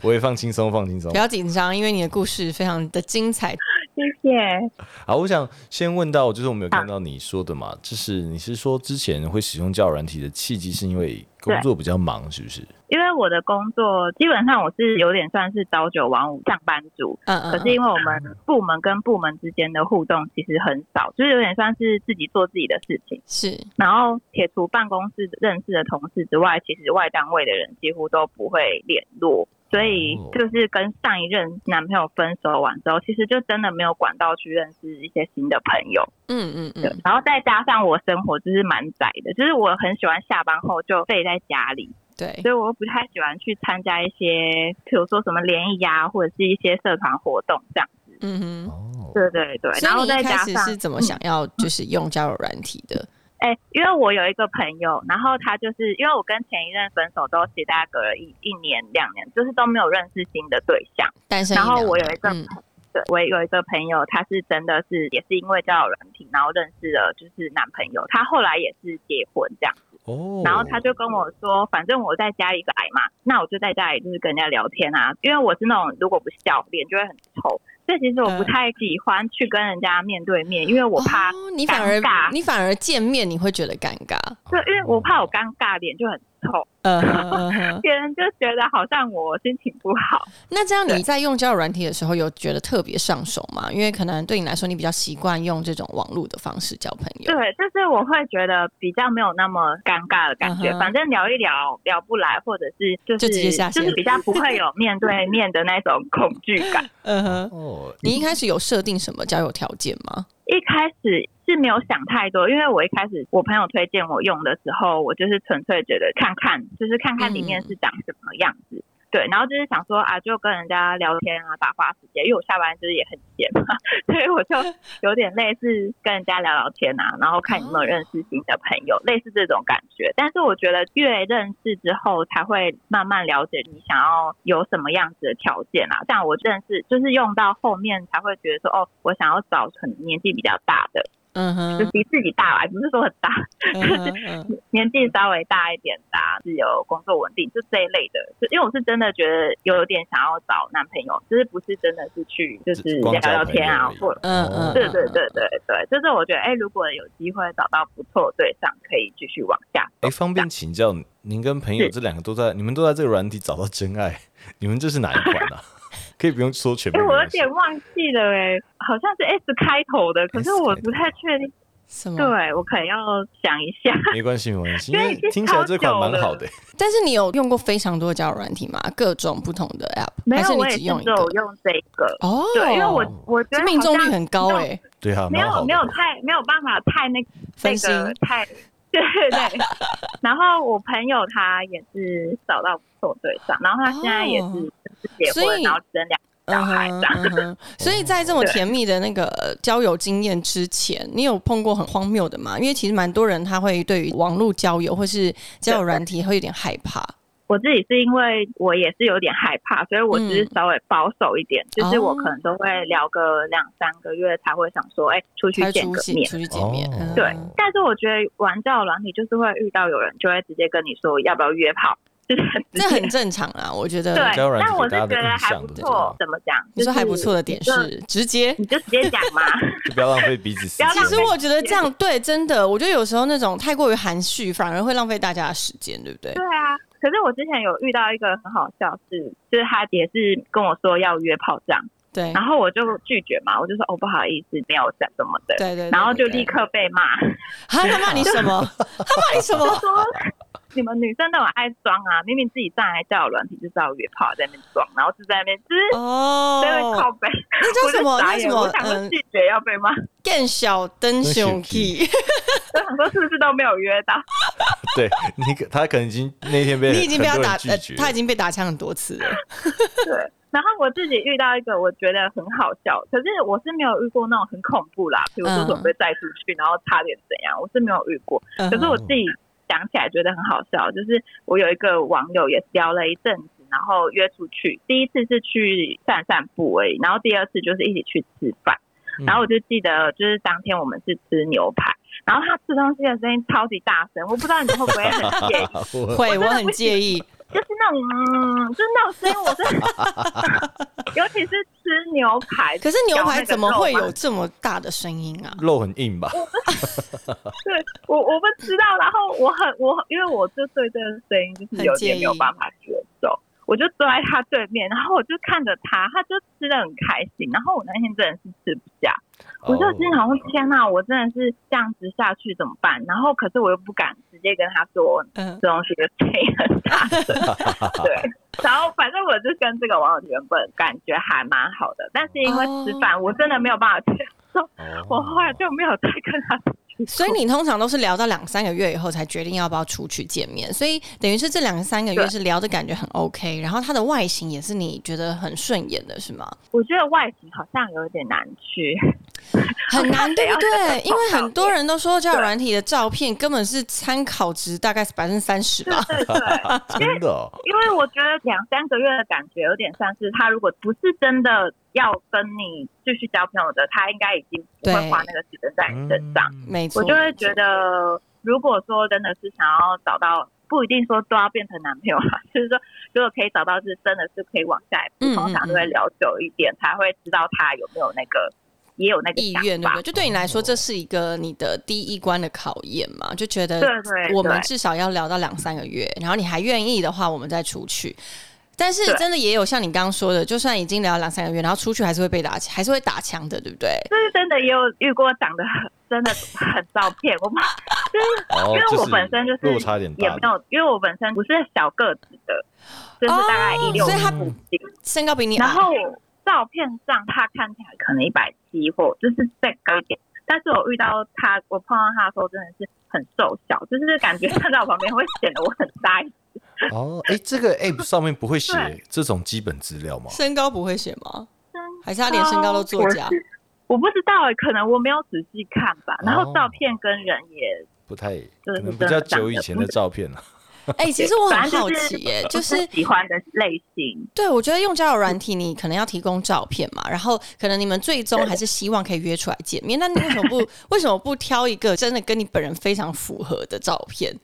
Speaker 2: 不会放轻松，放轻松
Speaker 3: 不。要紧张，因为你的故事非常的精彩。
Speaker 4: 谢谢。
Speaker 2: 好，我想先问到，就是我们有看到你说的
Speaker 3: 啊
Speaker 2: 嘛，就是你是说之前会使用交友软体的契机是因为工作比较忙，是不是？
Speaker 1: 因为我的工作基本上我是有点算是朝九晚五上班族，
Speaker 3: 嗯嗯
Speaker 1: 可是
Speaker 3: 嗯，
Speaker 1: 因为我们部门跟部门之间的互动其实很少，就是有点算是自己做自己的事情。
Speaker 3: 是
Speaker 1: 然后撇除办公室认识的同事之外，其实外单位的人几乎都不会联络。所以
Speaker 2: 哦
Speaker 1: 就是跟上一任男朋友分手完之后，其实就真的没有管道去认识一些新的朋友。
Speaker 3: 嗯嗯
Speaker 1: 对
Speaker 3: 嗯，，
Speaker 1: 然后再加上我生活就是蛮宅的，就是我很喜欢下班后就废在家里，
Speaker 3: 对
Speaker 1: 所以我又不太喜欢去参加一些，比如说什么联谊啊，或者是一些社团活动这样。
Speaker 3: 嗯哼。
Speaker 2: 哦，
Speaker 1: 对对对，
Speaker 3: 所
Speaker 1: 然后
Speaker 3: 以你
Speaker 1: 再
Speaker 3: 一开
Speaker 1: 加
Speaker 3: 始
Speaker 1: 上嗯
Speaker 3: 是，怎么想要就是用交友软体的？
Speaker 1: 哎、因为我有一个朋友，然后他就是因为我跟前一任分手之后，其实大概隔了一一年两年，就是都没有认识新的对象。
Speaker 3: 单身一
Speaker 1: 然
Speaker 3: 两年。
Speaker 1: 后我有一个
Speaker 3: 嗯
Speaker 1: 对，我有一个朋友，她是真的是也是因为交友软体，然后认识了就是男朋友，她后来也是结婚这样。
Speaker 2: 哦
Speaker 1: 然后他就跟我说，反正我在家里矮嘛，那我就在家里就是跟人家聊天啊，因为我是那种如果不笑脸就会很臭，所以其实我不
Speaker 3: 嗯
Speaker 1: 太喜欢去跟人家面对面，因为我怕，
Speaker 3: 哦你反而
Speaker 1: 尴尬
Speaker 3: 你反而见面你会觉得尴尬。
Speaker 1: 就因为我怕我尴尬脸就很臭，
Speaker 3: 呃呵，呃呵
Speaker 1: 别人就觉得好像我心情不好。
Speaker 3: 那这样你
Speaker 1: 对
Speaker 3: 在用交友软体的时候，有觉得特别上手吗？因为可能对你来说，你比较习惯用这种网络的方式交朋友。
Speaker 1: 对，就是我会觉得比较没有那么尴尬的感觉，
Speaker 3: 嗯哼
Speaker 1: 反正聊一聊聊不来，或者是就是
Speaker 3: 就直接下线
Speaker 1: 就是比较不会有面对面的那种恐惧感。
Speaker 3: 嗯哼，
Speaker 2: 哦，
Speaker 3: 你一开始有设定什么交友条件吗？
Speaker 1: 一开始是没有想太多，因为我一开始我朋友推荐我用的时候，我就是纯粹觉得看看，就是看看里面是长什么样子。对，然后就是想说啊，就跟人家聊天啊，打发时间，因为我下班就是也很闲嘛，所以我就有点类似跟人家聊聊天啊，然后看有没有认识新的朋友，类似这种感觉。但是我觉得越认识之后，才会慢慢了解你想要有什么样子的条件啊。像我认识，就是用到后面才会觉得说，哦，我想要找可能年纪比较大的，
Speaker 3: 嗯
Speaker 1: 就
Speaker 3: 哼，
Speaker 1: 比自己大吧，不是说很大，
Speaker 3: 嗯哼嗯
Speaker 1: 年纪稍微大一点的、啊，是有工作稳定，就这一类的。就因为我是真的觉得有点想要找男朋友，就是不是真的是去就是
Speaker 2: 只
Speaker 1: 聊
Speaker 2: 光交
Speaker 1: 聊天啊
Speaker 2: 朋友而已，
Speaker 1: 或
Speaker 3: 嗯嗯，
Speaker 1: 对对对对对，就是我觉得哎、如果有机会找到不错的对象，可以继续往下。
Speaker 2: 哎，方便请教您跟朋友
Speaker 1: 是
Speaker 2: 这两个都在，你们都在这个软体找到真爱，你们这是哪一款啊？ 可以不用说全部
Speaker 1: 哎、
Speaker 2: 没
Speaker 1: 我有
Speaker 2: 关系。
Speaker 1: 点
Speaker 3: 嗯
Speaker 1: 忘记了、欸，哎，好像是 S 开头的，可是
Speaker 2: S
Speaker 1: 我
Speaker 2: 开头
Speaker 1: 不太确定。
Speaker 3: 什么？
Speaker 1: 对，我可能要想一下。
Speaker 2: 没关系，没关系，因
Speaker 1: 因为
Speaker 2: 为
Speaker 1: 已经
Speaker 2: 听起来这款
Speaker 1: 超久
Speaker 2: 蛮
Speaker 1: 了
Speaker 2: 好的、
Speaker 3: 但是你有用过非常多的交友软体吗？各种不同的 app，
Speaker 1: 没
Speaker 3: 还
Speaker 1: 有，
Speaker 3: 是你
Speaker 1: 我也是
Speaker 3: 只
Speaker 1: 只
Speaker 3: 用
Speaker 1: 有
Speaker 3: 一个？
Speaker 1: 用这个。
Speaker 3: 哦，
Speaker 1: 对，因为我我觉得
Speaker 3: 这命中
Speaker 1: 好
Speaker 3: 率
Speaker 1: 像
Speaker 3: 很高哎、
Speaker 2: 对啊，
Speaker 1: 没
Speaker 2: 蛮好
Speaker 1: 有
Speaker 2: 的
Speaker 1: 没有太没有办法太那
Speaker 3: 分
Speaker 1: 那
Speaker 3: 心
Speaker 1: 个太对对对。 然后我朋友他也是找到不错对象，然后他现在也是
Speaker 3: 哦
Speaker 1: 就是结
Speaker 3: 所
Speaker 1: 婚，
Speaker 3: 以
Speaker 1: 然后生两个小
Speaker 3: 嗯
Speaker 1: 孩
Speaker 3: 哼，
Speaker 1: 这样。
Speaker 3: 嗯哼，所以在这么甜蜜的那个呃交友经验之前，你有碰过很荒谬的吗？因为其实蛮多人他会对于网络交友或是交友软体会有点害怕。
Speaker 1: 我自己是因为我也是有点害怕，所以我只
Speaker 3: 嗯
Speaker 1: 是稍微保守一点，就是
Speaker 3: 哦
Speaker 1: 我可能都会聊个两三个月才会想说，哎、出去
Speaker 3: 他
Speaker 1: 见
Speaker 3: 出
Speaker 1: 个
Speaker 3: 去
Speaker 1: 面。
Speaker 3: 出去见面，
Speaker 2: 哦
Speaker 3: 嗯
Speaker 1: 对，但是我觉得玩交友软体就是会遇到有人就会直接跟你说要不要约炮，就是很直
Speaker 3: 这
Speaker 1: 接
Speaker 3: 很正常啊，我觉得。
Speaker 1: 对
Speaker 2: 交友软，体
Speaker 1: 但我
Speaker 2: 给
Speaker 1: 是
Speaker 2: 大家
Speaker 1: 觉得
Speaker 2: 的印
Speaker 1: 还
Speaker 2: 象
Speaker 1: 不
Speaker 2: 都是这样
Speaker 1: 错。怎么讲？
Speaker 3: 你说还不
Speaker 1: 就是
Speaker 3: 错的点是直接。
Speaker 1: 你就直接讲 嘛。
Speaker 2: 就不要浪费彼此时
Speaker 1: 不要
Speaker 3: 其
Speaker 1: 浪费
Speaker 3: 实
Speaker 2: 间。
Speaker 3: 我觉得这样对，真的，我觉得有时候那种太过于含蓄，反而会浪费大家的时间，对不对？
Speaker 1: 对啊，可是我之前有遇到一个很好笑是，就是他也是跟我说要约炮这样，
Speaker 3: 对，
Speaker 1: 然后我就拒绝嘛，我就说哦不好意思，没有想什么的。
Speaker 3: 对对对，
Speaker 1: 然后就
Speaker 3: 对
Speaker 1: 立，刻被 骂，
Speaker 3: 啊，他骂你 什么？他骂你什么？
Speaker 1: 说你们女生都很爱装啊，明明自己上来叫软体就是要约炮，在那边装，然后就在那边就是
Speaker 3: 哦，
Speaker 1: 在那边靠背，
Speaker 3: 那叫什么？
Speaker 1: 我就傻
Speaker 3: 那叫什
Speaker 1: 眼
Speaker 3: 么
Speaker 1: 我？想说
Speaker 3: 嗯，
Speaker 1: 拒绝要被骂，
Speaker 3: 更小灯 熊弟，
Speaker 1: 我想说是不是都没有约到？
Speaker 2: 对你可，他可能已经那天被
Speaker 3: 你已经被他
Speaker 2: 很多
Speaker 3: 打
Speaker 2: 人，拒
Speaker 3: 呃
Speaker 2: 绝
Speaker 3: 他已经被打枪很多 次了。
Speaker 1: 对，然后我自己遇到一个我觉得很好笑，可是我是没有遇过那种很恐怖啦，比如说
Speaker 3: 嗯
Speaker 1: 准备载出去，然后差点怎样，我是没有遇过。
Speaker 3: 嗯
Speaker 1: 可是我自己想起来觉得很好笑，就是我有一个网友也聊了一阵子，然后约出去，第一次是去散散步而已，然后第二次就是一起去吃饭，
Speaker 2: 嗯
Speaker 1: 然后我就记得就是当天我们是吃牛排，然后他吃东西的声音超级大声，我不知道你会不会 很介意，
Speaker 2: 啊我
Speaker 3: 会，我很介意。
Speaker 1: 就是那种，嗯，就是那种声音， 我是，尤其是吃牛排，
Speaker 3: 可是牛排怎么
Speaker 1: 咬那
Speaker 3: 会有
Speaker 1: 个肉嘛？
Speaker 3: 这么大的声音啊？
Speaker 2: 肉很硬吧？哦
Speaker 1: 对，我我不知道。然后我很我，因为我就对这个声音就是有点没有办法接受，我就坐在他对面，然后我就看着他，他就吃的很开心。然后我那天真的是吃不下，我就心
Speaker 3: 哦
Speaker 1: 想说：天啊哪、我真的是这样子下去怎么办？然后可是我又不敢直接跟他说
Speaker 3: 嗯，
Speaker 1: 这东西的声音很大声，对。然后反正我就跟这个网友原本感觉还蛮好的，但是因为吃饭我真的没有办法接受，
Speaker 2: 哦
Speaker 1: 我后来就没有再跟他出去。
Speaker 3: 所以你通常都是聊到两三个月以后才决定要不要出去见面，所以等于是这两三个月
Speaker 1: 对
Speaker 3: 是聊的感觉很 OK，然后他的外形也是你觉得很顺眼的，是吗？
Speaker 1: 我觉得外形好像有点难去，
Speaker 3: 很难，对不对？
Speaker 1: 对
Speaker 3: 因为很多人都说交友软体的照片根本是参考值，大概是百分之三十吧。
Speaker 1: 对对，
Speaker 2: 真的哦，
Speaker 1: 因为我觉得两三个月的感觉有点像是他如果不是真的要跟你继续交朋友的，他应该已经不
Speaker 3: 对
Speaker 1: 会花那个时间在你身上。
Speaker 2: 嗯
Speaker 3: 没错，
Speaker 1: 我就会觉得，如果说真的是想要找到，不一定说都要变成男朋友啦， 就是说，如果可以找到，是真的是可以往下一
Speaker 3: 嗯嗯
Speaker 1: 步，通常都会
Speaker 3: 嗯
Speaker 1: 聊久一点，才会知道他有没有那个，也有那个
Speaker 3: 意
Speaker 1: 想
Speaker 3: 愿，对不
Speaker 1: 法
Speaker 3: 对？。就对你来说，这是一个你的第一关的考验嘛？就觉得
Speaker 1: 对对对
Speaker 3: 呃我们至少要聊到两三个月，然后你还愿意的话，我们再出去。但是
Speaker 1: 对
Speaker 3: 真的也有像你刚刚说的，就算已经聊了两三个月，然后出去还是会被打，还是会打枪的，对不对？
Speaker 1: 就是真的也有遇过长得很真的很照片，我不
Speaker 2: 哦
Speaker 1: 因为
Speaker 2: 就
Speaker 1: 我
Speaker 2: 是
Speaker 1: 本身
Speaker 3: 嗯
Speaker 1: 就是
Speaker 2: 落差有点
Speaker 1: 也
Speaker 2: 大
Speaker 1: 没，有，因为我本身不是小个子的，就是大概
Speaker 3: 哦
Speaker 1: 一六
Speaker 3: 所以他
Speaker 1: 五斤，
Speaker 3: 身高比你矮，
Speaker 1: 然后照片上他看起来可能一百七或就是再高一点，但是我遇到他，我碰到他的时候真的是很瘦小，就是感 觉站在我旁边会显得我很呆。
Speaker 2: 哦，哎，这个 app 上面不会写
Speaker 1: 对
Speaker 2: 这种基本资料吗？
Speaker 3: 身高不会写 吗？
Speaker 1: 身
Speaker 3: 还是他连身高都作假
Speaker 1: 哦我？是我不知道、欸，可能我没有仔细看吧。然
Speaker 2: 哦
Speaker 1: 后照片跟人也
Speaker 2: 不太，可
Speaker 1: 对
Speaker 2: 能
Speaker 1: 是
Speaker 2: 比
Speaker 1: 真
Speaker 2: 较
Speaker 1: 的
Speaker 2: 久以前的照片啊了。
Speaker 3: 哎、其实我很
Speaker 1: 反正
Speaker 3: 好
Speaker 1: 就是
Speaker 3: 奇耶、
Speaker 1: 不
Speaker 3: 就是
Speaker 1: 喜欢的类型。
Speaker 3: 对，我觉得用交友软体，你可能要提供照片嘛，然后可能你们最终还是希望可以约出来见面。那你为什么不为什么不挑一个真的跟你本人非常符合的照片？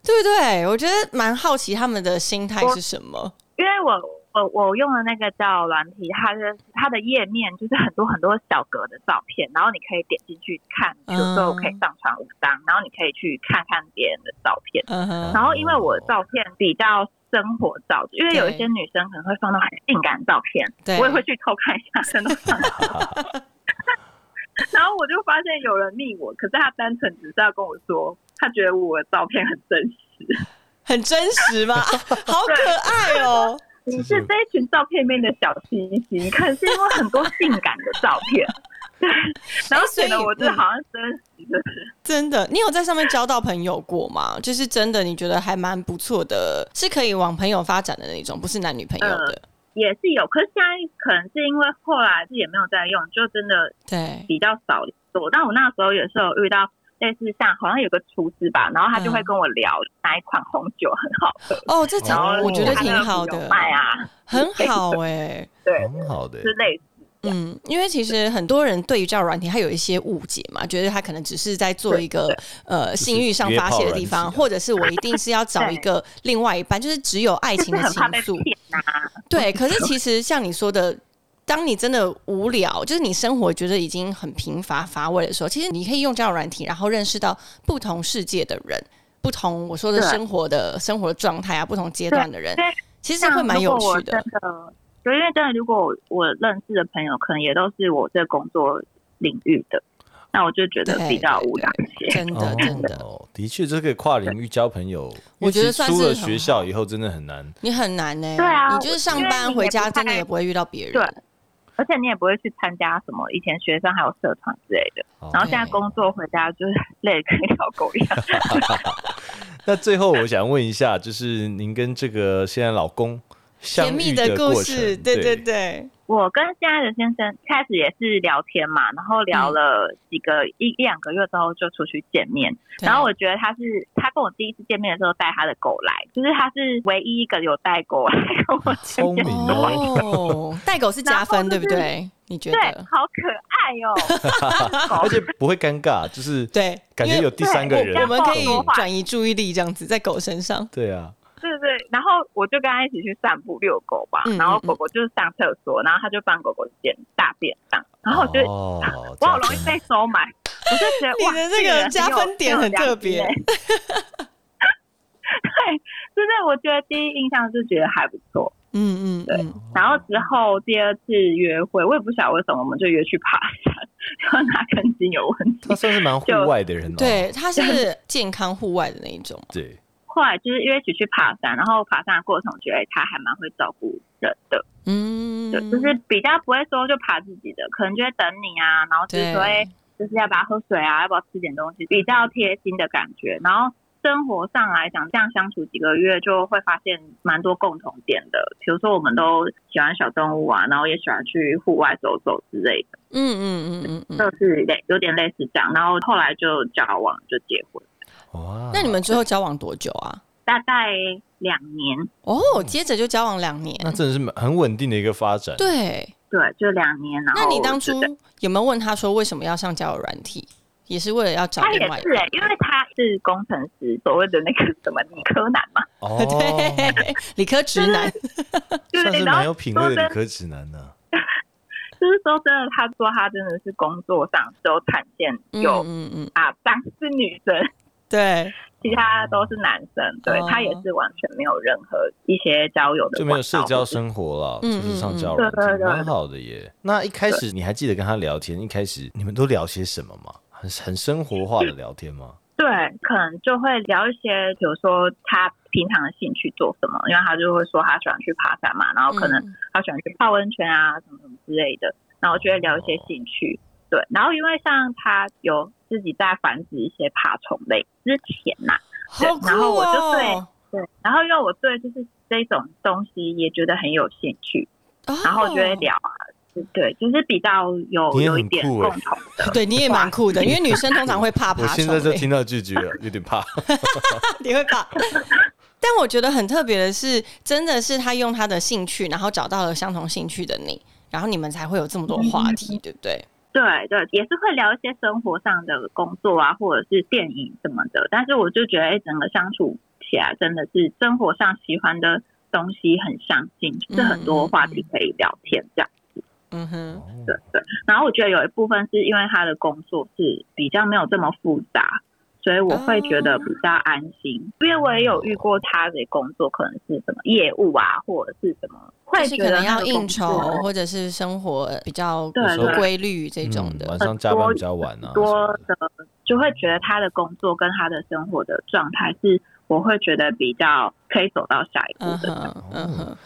Speaker 3: 对不对？我觉得蛮好奇他们的心态是什么。
Speaker 1: 因为我我我用的那个叫软体，它的它的页面就是很多很多小格的照片，然后你可以点进去看，比如
Speaker 3: 嗯
Speaker 1: 说我可以上传五张，然后你可以去看看别人的照片。
Speaker 3: 嗯哼，
Speaker 1: 然后因为我的照片比较生活照，因为有一些女生可能会放到很性感的照片，
Speaker 3: 对
Speaker 1: 我也会去偷看一下，真的放到。 然后我就发现有人密我，可是他单纯只是要跟我说，他觉得我的照片很真实。
Speaker 3: 很真实 吗？好可爱哦！
Speaker 1: 你是这一群照片里面的小星星，可能是因为很多性感的照片， 对，然后
Speaker 3: 哎所以
Speaker 1: 显得我这
Speaker 3: 嗯
Speaker 1: 好像真实的。
Speaker 3: 真的，你有在上面交到朋友过吗？就是真的，你觉得还蛮不错的，是可以往朋友发展的那种，不是男女朋友的。
Speaker 1: 也是有，可是现在可能是因为后来自己也没有在用，就真的
Speaker 3: 对，
Speaker 1: 比较少联络。但我那时候也是有遇到类似像好像有个厨师吧，然后他就会
Speaker 3: 嗯
Speaker 1: 跟我聊哪一款红酒很好喝，
Speaker 3: 哦，这
Speaker 1: 然
Speaker 3: 条
Speaker 1: 后
Speaker 3: 我觉得
Speaker 1: 他
Speaker 3: 挺
Speaker 1: 那个
Speaker 3: 好
Speaker 1: 有
Speaker 3: 的，
Speaker 1: 卖啊，
Speaker 3: 很好哎、
Speaker 1: 对，
Speaker 2: 很好的欸
Speaker 1: 之，类的。
Speaker 3: 嗯，因为其实很多人对于交友软体，他有一些误解嘛，觉得他可能只是在做一个呃
Speaker 2: 是
Speaker 3: 性欲上发泄的地
Speaker 2: 约炮软
Speaker 3: 方，
Speaker 2: 体啊
Speaker 3: 或者是我一定是要找一个另外一半，就是只有爱
Speaker 1: 就是
Speaker 3: 情的
Speaker 1: 很
Speaker 3: 情
Speaker 1: 怕被
Speaker 3: 愫。
Speaker 1: 骗啊呐、
Speaker 3: 对，可是其实像你说的，当你真的无聊，就是你生活觉得已经很贫乏乏味的时候，其实你可以用交友软体，然后认识到不同世界的人，不同我说的
Speaker 1: 对
Speaker 3: 生活的生活的状态啊，不同阶段的人
Speaker 1: 对，
Speaker 3: 其实
Speaker 1: 像
Speaker 3: 会蛮
Speaker 1: 如
Speaker 3: 有
Speaker 1: 果我
Speaker 3: 趣的
Speaker 1: 真。的，就因为真的，如果我认识的朋友，可能也都是我这工作领域的，那我就觉得
Speaker 3: 对
Speaker 1: 比较
Speaker 3: 对
Speaker 1: 无聊一些。
Speaker 3: 真的，真的，
Speaker 2: 哦，的确，这个跨领域交朋友，
Speaker 3: 我觉得算是
Speaker 2: 出了
Speaker 3: 很
Speaker 2: 学校以后真的很难。
Speaker 3: 你很难呢、欸
Speaker 1: 对啊
Speaker 3: 你就是上
Speaker 1: 因为
Speaker 3: 班
Speaker 1: 你
Speaker 3: 回
Speaker 1: 也
Speaker 3: 家，
Speaker 1: 不
Speaker 3: 真的
Speaker 1: 太
Speaker 3: 也不会遇到别
Speaker 1: 对
Speaker 3: 人。
Speaker 1: 而且你也不会去参加什么以前学生还有社团之类的，
Speaker 2: 哦
Speaker 1: 然后现在工作回家就是 累得跟一条狗一样。
Speaker 2: 那最后我想问一下，就是您跟这个现在老公相
Speaker 3: 甜蜜
Speaker 2: 遇
Speaker 3: 故
Speaker 2: 过
Speaker 3: 事，
Speaker 2: 程
Speaker 3: 对
Speaker 2: 对
Speaker 3: 对对，
Speaker 1: 我跟现在的先生开始也是聊天嘛，然后
Speaker 3: 嗯
Speaker 1: 聊了几个、一一两个月之后就出去见面，然后我觉得他是他跟我第一次见面的时候带他的狗来，就是他是唯一一个有带狗来跟我见
Speaker 2: 聪
Speaker 1: 面
Speaker 2: 明
Speaker 1: 的。
Speaker 3: 哦，带狗是加分，对不对？你觉
Speaker 1: 对，
Speaker 3: 得？
Speaker 1: 好可爱哦、
Speaker 2: 而且不会尴尬，就是
Speaker 3: 对，
Speaker 2: 感觉
Speaker 3: 因为
Speaker 2: 有第三个人
Speaker 3: 我我们可以
Speaker 1: 说话
Speaker 3: 转移注意力，这样子在狗身上。
Speaker 2: 对啊，
Speaker 1: 对对对，然后我就跟他一起去散步遛狗吧，
Speaker 3: 嗯
Speaker 1: 然后狗狗就是上厕所，然后他就帮狗狗捡大便当，然后我觉得、
Speaker 2: 哦，
Speaker 1: 我
Speaker 2: 加
Speaker 1: 好容易
Speaker 2: 分
Speaker 1: 被收买，我就觉得哇，
Speaker 3: 你的这
Speaker 1: 这
Speaker 3: 个
Speaker 1: 人
Speaker 3: 加
Speaker 1: 很有
Speaker 3: 分点很特别
Speaker 1: 很有良心欸 对，就是我觉得第一印象就觉得还不错，
Speaker 3: 嗯嗯，
Speaker 1: 对
Speaker 3: 嗯，
Speaker 1: 然后之后第二次约会，我也不晓得为什么，我们就约去爬山， 然后哪根筋有问题
Speaker 2: 他，算是蛮户
Speaker 1: 就
Speaker 2: 外的人哦，
Speaker 3: 对，它是健康户外的那一种。
Speaker 2: 对，
Speaker 1: 后来就是约一起去爬山，然后爬山的过程，我觉得他还蛮会照顾人的，
Speaker 3: 嗯，
Speaker 1: 对，就是比较不会说就爬自己的，可能就会等你啊，然后就是说，哎
Speaker 3: 对，
Speaker 1: 就是要不要喝水啊，要不要吃点东西，比较贴心的感觉。然后生活上来讲，这样相处几个月就会发现蛮多共同点的，比如说我们都喜欢小动物啊，然后也喜欢去户外走走之类的，
Speaker 3: 嗯嗯嗯嗯嗯。
Speaker 1: 就是类有点类似这样。然后后来就交往，就结婚，
Speaker 2: 哇，
Speaker 3: 那你们之后交往多久啊？
Speaker 1: 大概两年，
Speaker 3: 哦，接着就交往两年。
Speaker 2: 那真的是蛮很稳定的一个发展，
Speaker 3: 对，
Speaker 1: 对，就两年。然后
Speaker 3: 那你当初
Speaker 1: 就
Speaker 3: 有没有问他说为什么要上交友软体？也是为了要找
Speaker 1: 他也
Speaker 3: 另外一
Speaker 1: 是、
Speaker 3: 半
Speaker 1: 欸，因为他是工程师，所谓的那个什么理科男嘛，
Speaker 2: 哦，
Speaker 3: 对， 理科直男，
Speaker 1: 对对
Speaker 2: 算是
Speaker 1: 对。
Speaker 2: 蛮
Speaker 1: 然
Speaker 2: 有
Speaker 1: 后
Speaker 2: 品
Speaker 1: 说
Speaker 2: 味
Speaker 1: 真
Speaker 2: 的理
Speaker 1: 的，
Speaker 2: 科直男呢，
Speaker 1: 就是说真的，他说他真的是工作上只有产线有、
Speaker 3: 嗯嗯嗯，
Speaker 1: 啊，当是女生，
Speaker 3: 对，
Speaker 1: 其他都是男生。对、
Speaker 3: 哦
Speaker 1: 他也是完全没有任何一些交友的
Speaker 2: 就没有
Speaker 1: 管
Speaker 2: 社
Speaker 1: 道
Speaker 2: 交
Speaker 1: 或是
Speaker 2: 生活了，
Speaker 3: 嗯
Speaker 2: 就是上
Speaker 3: 嗯
Speaker 2: 交
Speaker 1: 嗯
Speaker 2: 友软
Speaker 1: 对对
Speaker 2: 件，
Speaker 1: 对
Speaker 2: 蛮好的耶。那一开始你还记得跟他聊天？一开始你们都聊些什么吗？很很生活化的聊天吗？
Speaker 1: 对，可能就会聊一些，比如说他平常的兴趣做什么，因为他就会说他喜欢去爬山嘛，然后可能
Speaker 3: 嗯
Speaker 1: 他喜欢去泡温泉啊，什么什么之类的，然后就会聊一些兴趣。对，然后因为像他有自己在繁殖一些爬虫类，之前呐、
Speaker 3: 好酷
Speaker 1: 然后我就对
Speaker 3: 哦。
Speaker 1: 对，然后因为我对就是这种东西也觉得很有兴趣，然
Speaker 3: 然
Speaker 1: 后就会聊啊，对，就是比较有
Speaker 2: 哦你也
Speaker 1: 有
Speaker 2: 很
Speaker 1: 一点
Speaker 2: 酷欸
Speaker 1: 共同的。
Speaker 3: 对，你也蛮酷的，因为女生通常会怕
Speaker 2: 我
Speaker 3: 爬
Speaker 2: 现
Speaker 3: 虫
Speaker 2: 在就
Speaker 3: 类，
Speaker 2: 听到拒绝了，有点怕。
Speaker 3: 你会怕。但我觉得很特别的是，真的是他用他的兴趣，然后找到了相同兴趣的你，然后你们才会有这么多话
Speaker 1: 嗯
Speaker 3: 题，对不对？
Speaker 1: 对对，也是会聊一些生活上的工作啊，或者是电影什么的。但是我就觉得，哎，整个相处起来真的是生活上喜欢的东西很相近，就是很多话题可以聊天这样。
Speaker 3: 嗯哼，
Speaker 2: 哦
Speaker 1: 对对。然后我觉得有一部分是因为他的工作是比较没有这么复杂，所以我会觉得比较安心。因为我也有遇过他的工作可能是什么业务啊，或者是什么，会
Speaker 3: 就是
Speaker 1: 觉
Speaker 3: 可
Speaker 1: 得
Speaker 3: 能
Speaker 1: 那
Speaker 3: 要
Speaker 1: 个
Speaker 3: 应
Speaker 1: 工
Speaker 3: 酬
Speaker 1: 作
Speaker 3: 或者是生活比较
Speaker 1: 对
Speaker 2: 对
Speaker 3: 规律这种
Speaker 2: 嗯
Speaker 3: 的
Speaker 2: 晚。上加班比较晚啊，
Speaker 1: 多的就会觉得他的工作跟他的生活的状态是，我会觉得比较可以走到下一步
Speaker 3: 嗯
Speaker 1: 的。
Speaker 3: 哼，嗯哼。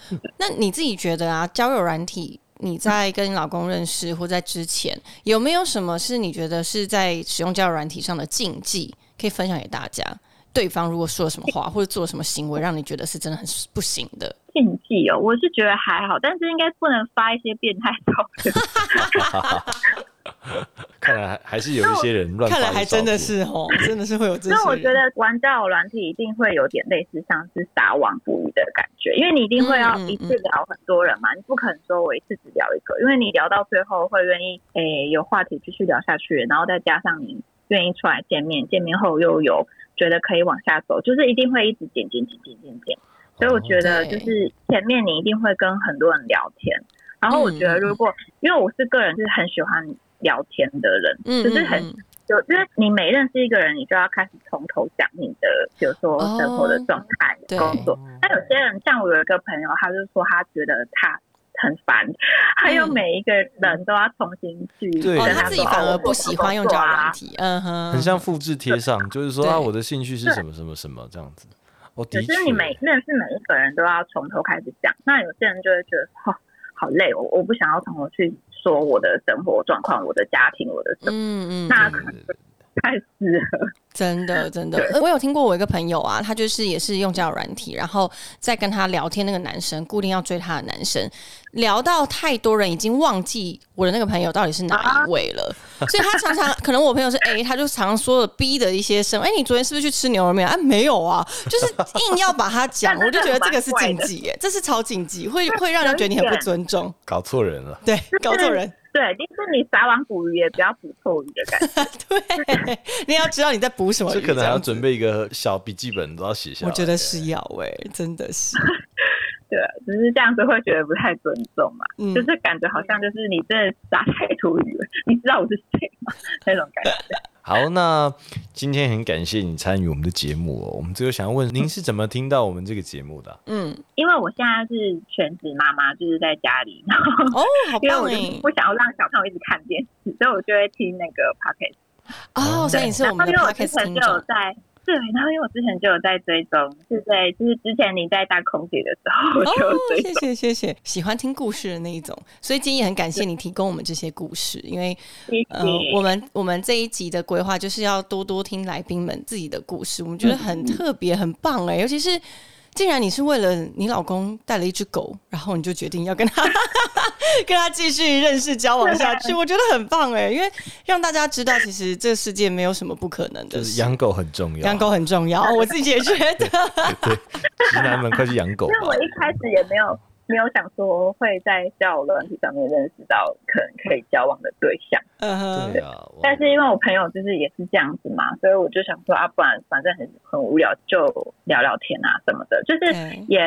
Speaker 3: 那你自己觉得啊，交友软体，你在跟你老公认识或在之前，有没有什么是你觉得是在使用交友软体上的禁忌，可以分享给大家？对方如果说了什么话或者做了什么行为，让你觉得是真的很不行的，
Speaker 1: 禁忌哦，我是觉得还好，但是应该不能发一些变态照片。
Speaker 2: 看来还还是有一些人乱发一
Speaker 3: 看
Speaker 2: 些照片。
Speaker 3: 来还真的是哦，真的是会有这些人。
Speaker 1: 那我觉得玩交友软体一定会有点类似像是撒网捕鱼的感觉，因为你一定会要
Speaker 3: 嗯嗯
Speaker 1: 一次聊很多人嘛，你不可能说我一次只聊一个，因为你聊到最后会愿意诶、有话题继续聊下去，然后再加上你愿意出来见面，见面后又有觉得可以往下走，就是一定会一直减减减减减减。所以我觉得
Speaker 3: 哦对
Speaker 1: 就是前面你一定会跟很多人聊天，然后我觉
Speaker 3: 嗯
Speaker 1: 得如果、因为我是个人是很喜欢聊天的人，
Speaker 3: 嗯，
Speaker 1: 就是很
Speaker 3: 嗯嗯
Speaker 1: 就因为你每认识一个人，你就要开始从头讲你的，比如说生活的状态、
Speaker 3: 哦对
Speaker 1: 工作。那有些人，像我有一个朋友，他就说他觉得他很烦，他又每一个人都要重新去
Speaker 2: 对
Speaker 1: 跟
Speaker 3: 嗯哦，
Speaker 1: 他
Speaker 3: 他自己
Speaker 1: 说
Speaker 3: 反
Speaker 1: 哦
Speaker 3: 而
Speaker 1: 我
Speaker 3: 不喜欢用
Speaker 1: 工
Speaker 3: 交
Speaker 1: 作
Speaker 3: 友
Speaker 1: 啊
Speaker 3: 软体，嗯哼，
Speaker 2: 很像复制贴上，就是说啊，
Speaker 3: 对
Speaker 2: 我的兴趣是什么什么什么这样子。哦，
Speaker 1: 可
Speaker 2: 的确
Speaker 1: 是，你每认识每一个人都要从头开始讲，那有些人就会觉得哦，好累，我我不想要从头去说我的生活状况、我的家庭、我的什么，
Speaker 3: 嗯嗯，
Speaker 1: 那
Speaker 2: 对
Speaker 1: 可
Speaker 2: 对
Speaker 1: 能
Speaker 2: 对
Speaker 1: 太适合。
Speaker 3: 真的，真的，呃我有听过我一个朋友啊，他就是也是用交友软体，然后在跟他聊天那个男生，固定要追他的男生，聊到太多人已经忘记我的那个朋友到底是哪一位了，所以他常常可能我朋友是 A，他就常常说了 B 的一些什么，哎、你昨天是不是去吃牛肉面啊？没有啊，就是硬要把他 讲，我就觉得这个是禁忌耶，这是超禁忌，会会让人觉得你很不尊重，
Speaker 2: 搞错人了。
Speaker 3: 对，搞错人。
Speaker 1: 对，就是你撒网捕鱼也不要捕错鱼的感觉。
Speaker 3: 对，你要知道你在补什么
Speaker 2: 这
Speaker 3: 鱼，
Speaker 2: 可能还要
Speaker 3: 样子
Speaker 2: 准。备一个小笔记本，都要写下来。啊
Speaker 3: 我觉得是要哎、真的是，
Speaker 1: 对，只是这样子会觉得不太尊重嘛，
Speaker 3: 嗯
Speaker 1: 就是感觉好像就是你真的撒太多鱼了，你知道我是谁吗？那种感觉。
Speaker 2: 好，那今天很感谢你参与我们的节目哦。我们最后想要问，您是怎么听到我们这个节目的啊、
Speaker 3: 嗯。
Speaker 1: 因为我现在是全职妈妈，就是在家里，然后
Speaker 3: 哦，好
Speaker 1: 因为
Speaker 3: 棒
Speaker 1: 我就
Speaker 3: 哎
Speaker 1: 是！不想要让小朋友一直看电视，所以我就会听那个 podcast。
Speaker 3: 哦，所以你是我
Speaker 1: 嗯然后
Speaker 3: 们的
Speaker 1: 因为我之
Speaker 3: podcast
Speaker 1: 前
Speaker 3: 听
Speaker 1: 就有
Speaker 3: 众，
Speaker 1: 在。对，然后因为我之前就有在追踪，是在就是之前你在当空姐的时候，我就有
Speaker 3: 哦，
Speaker 1: 追
Speaker 3: 谢
Speaker 1: 踪。
Speaker 3: 谢谢谢，喜欢听故事的那一种，所以今天也很感谢你提供我们这些故事，因为
Speaker 1: 谢谢
Speaker 3: 呃，我们我们这一集的规划就是要多多听来宾们自己的故事，我们觉
Speaker 1: 嗯
Speaker 3: 得很特别，很棒哎、尤其是。竟然你是为了你老公带了一只狗，然后你就决定要跟他 跟他继续认识交往下去，我觉得很棒哎、因为让大家知道，其实这个世界没有什么不可能
Speaker 2: 就
Speaker 3: 的
Speaker 2: 是
Speaker 3: 事，
Speaker 2: 养狗很重要，啊
Speaker 3: 养狗很 重要，哦我自己也觉得。
Speaker 2: 直男们快去养狗
Speaker 1: 因为
Speaker 2: 吧
Speaker 1: 我。一开始也没有没有想说会在交友软体上面认识到可能可以交往的对象。
Speaker 3: 嗯哼
Speaker 2: 对 啊，我
Speaker 1: 但是因为我朋友就是也是这样子嘛，所以我就想说啊，不然反正很很无聊，就聊聊天啊什么的，就是
Speaker 3: 对
Speaker 1: 也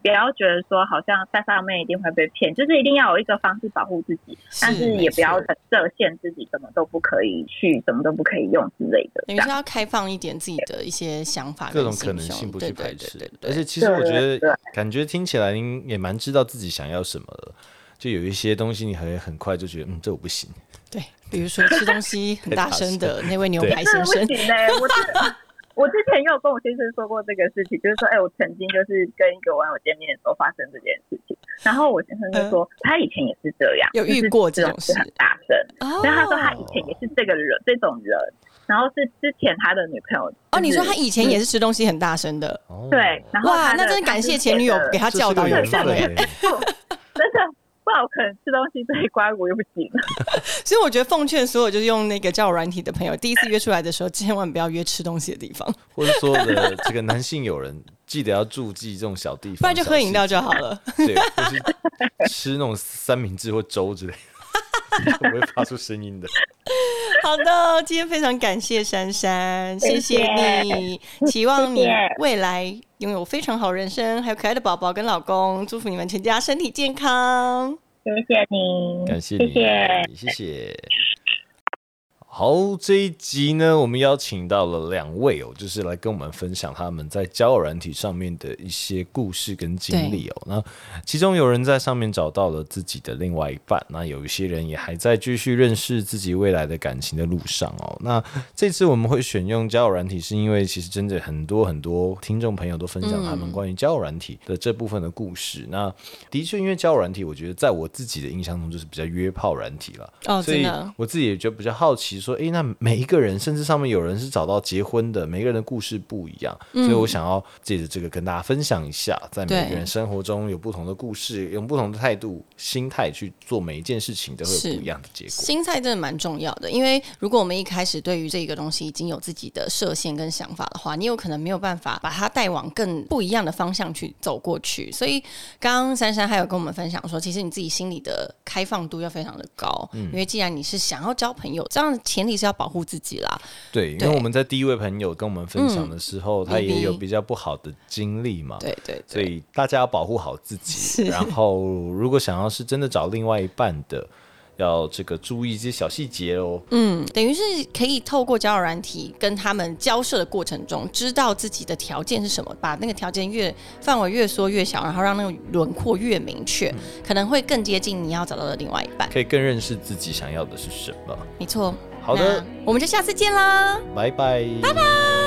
Speaker 1: 不要觉得说好像在上面一定会被骗，就是一定要有一个方式保护自己，
Speaker 3: 是
Speaker 1: 但是也不要
Speaker 3: 没错
Speaker 1: 很设限自己，什么都不可以去，什么都不可以用之类的。这
Speaker 3: 等于
Speaker 1: 样
Speaker 3: 是要开放一点自己的一些想法
Speaker 2: 各
Speaker 3: 跟
Speaker 2: 种
Speaker 3: 心胸，
Speaker 2: 可能性不去
Speaker 3: 对
Speaker 2: 排
Speaker 3: 对对
Speaker 2: 斥
Speaker 3: 对，对
Speaker 2: 而且其实我觉
Speaker 1: 对对
Speaker 2: 得，感觉听起来您也蛮知道自己想要什么的，就有一些东西你很很快就觉得，嗯，这我不行。
Speaker 3: 对，比如说吃 东西很大声的那位牛
Speaker 2: 对
Speaker 3: 排
Speaker 1: 真
Speaker 3: 先
Speaker 1: 的不
Speaker 3: 生，
Speaker 1: 行嘞、我 真的我之前也有跟我先生说过这个事情，就是说，哎、我曾经就是跟一个网友见面的时候发生这件事情，然后我先生就说、他以前也是这样，
Speaker 3: 嗯有遇过
Speaker 1: 就是
Speaker 3: 这种事
Speaker 1: 很大声，
Speaker 3: 哦
Speaker 1: 然后他说他以前也是这个人这种人，然后是之前他的女朋友
Speaker 3: 哦，你说
Speaker 1: 就
Speaker 3: 他
Speaker 1: 是
Speaker 3: 以前也是吃东西很大声的，
Speaker 2: 哦，
Speaker 1: 对，然后
Speaker 3: 哇，
Speaker 1: 他
Speaker 3: 那真的感谢前女友给
Speaker 1: 他
Speaker 3: 他
Speaker 2: 这
Speaker 3: 教
Speaker 2: 是个
Speaker 3: 导有
Speaker 2: 缘
Speaker 3: 方
Speaker 2: 分
Speaker 3: 哎、
Speaker 2: 欸。
Speaker 1: 真的。不然我可能吃东西最乖，我又不行。
Speaker 3: 所以我觉得奉劝所有就是用那个交友软体的朋友，第一次约出来的时候，千万不要约吃东西的地方，
Speaker 2: 或者说的这个男性友人，记得要注记这种小地方，
Speaker 3: 不然就
Speaker 2: 小
Speaker 3: 喝
Speaker 2: 细
Speaker 3: 饮料
Speaker 2: 节
Speaker 3: 就好了。
Speaker 2: 对，或是吃那种三明治或粥之类的， 不会发出声音的。
Speaker 3: 好的，今天非常感谢珊珊，谢
Speaker 1: 谢
Speaker 3: 谢你，期望你
Speaker 1: 谢谢
Speaker 3: 未来拥有非常好人生，还有可爱的宝宝跟老公，祝福你们全家身体健康。
Speaker 1: 谢谢你，
Speaker 2: 感谢
Speaker 1: 谢
Speaker 2: 你，
Speaker 1: 谢。
Speaker 2: 谢谢。好，这一集呢，我们邀请到了两位哦，就是来跟我们分享他们在交友软体上面的一些故事跟经历哦。那其中有人在上面找到了自己的另外一半，那有一些人也还在继续认识自己未来的感情的路上哦。那这次我们会选用交友软体，是因为其实真的很多很多听众朋友都分享他们关于交友软体的这部分的故事。那的确，因为交友软体，我觉得在我自己的印象中就是比较约炮软体了。
Speaker 3: 哦，
Speaker 2: 所
Speaker 3: 真
Speaker 2: 以
Speaker 3: 的，
Speaker 2: 我自己也觉得比较好奇，说，诶，那每一个人，甚至上面有人是找到结婚的，每个人的故事不一样，
Speaker 3: 嗯
Speaker 2: 所以我想要借着这个跟大家分享一下，在每个
Speaker 3: 对
Speaker 2: 人生活中有不同的故事，用不同的态度、心态去做每一件事情，都会有
Speaker 3: 是
Speaker 2: 不一样的结果。
Speaker 3: 心态真的蛮重要的，因为如果我们一开始对于这个东西已经有自己的设限跟想法的话，你有可能没有办法把它带往更不一样的方向去走过去。所以刚刚珊珊还有跟我们分享说，其实你自己心里的开放度要非常的高，因为既然你是想要交朋友，这样的前提是要保护自己啦。
Speaker 2: 对，因为
Speaker 3: 对
Speaker 2: 我们在第一位朋友跟我们分享的时候，他也有
Speaker 3: BB
Speaker 2: 比较不好的经历嘛，
Speaker 3: 对对
Speaker 2: 所
Speaker 3: 对，
Speaker 2: 以大家要保护好自己。然后，如果想要是真的找另外一半的，要这个注意一些小细节哦。
Speaker 3: 嗯，等于是可以透过交友软体跟他们交涉的过程中，知道自己的条件是什么，把那个条件越范围越缩越小，然后让那个轮廓越明确，
Speaker 2: 嗯
Speaker 3: 可能会更接近你要找到的另外一半。
Speaker 2: 可以更认识自己想要的是什么。
Speaker 3: 没错，
Speaker 2: 好的
Speaker 3: 那我们就下次见啦。
Speaker 2: 拜拜，拜拜。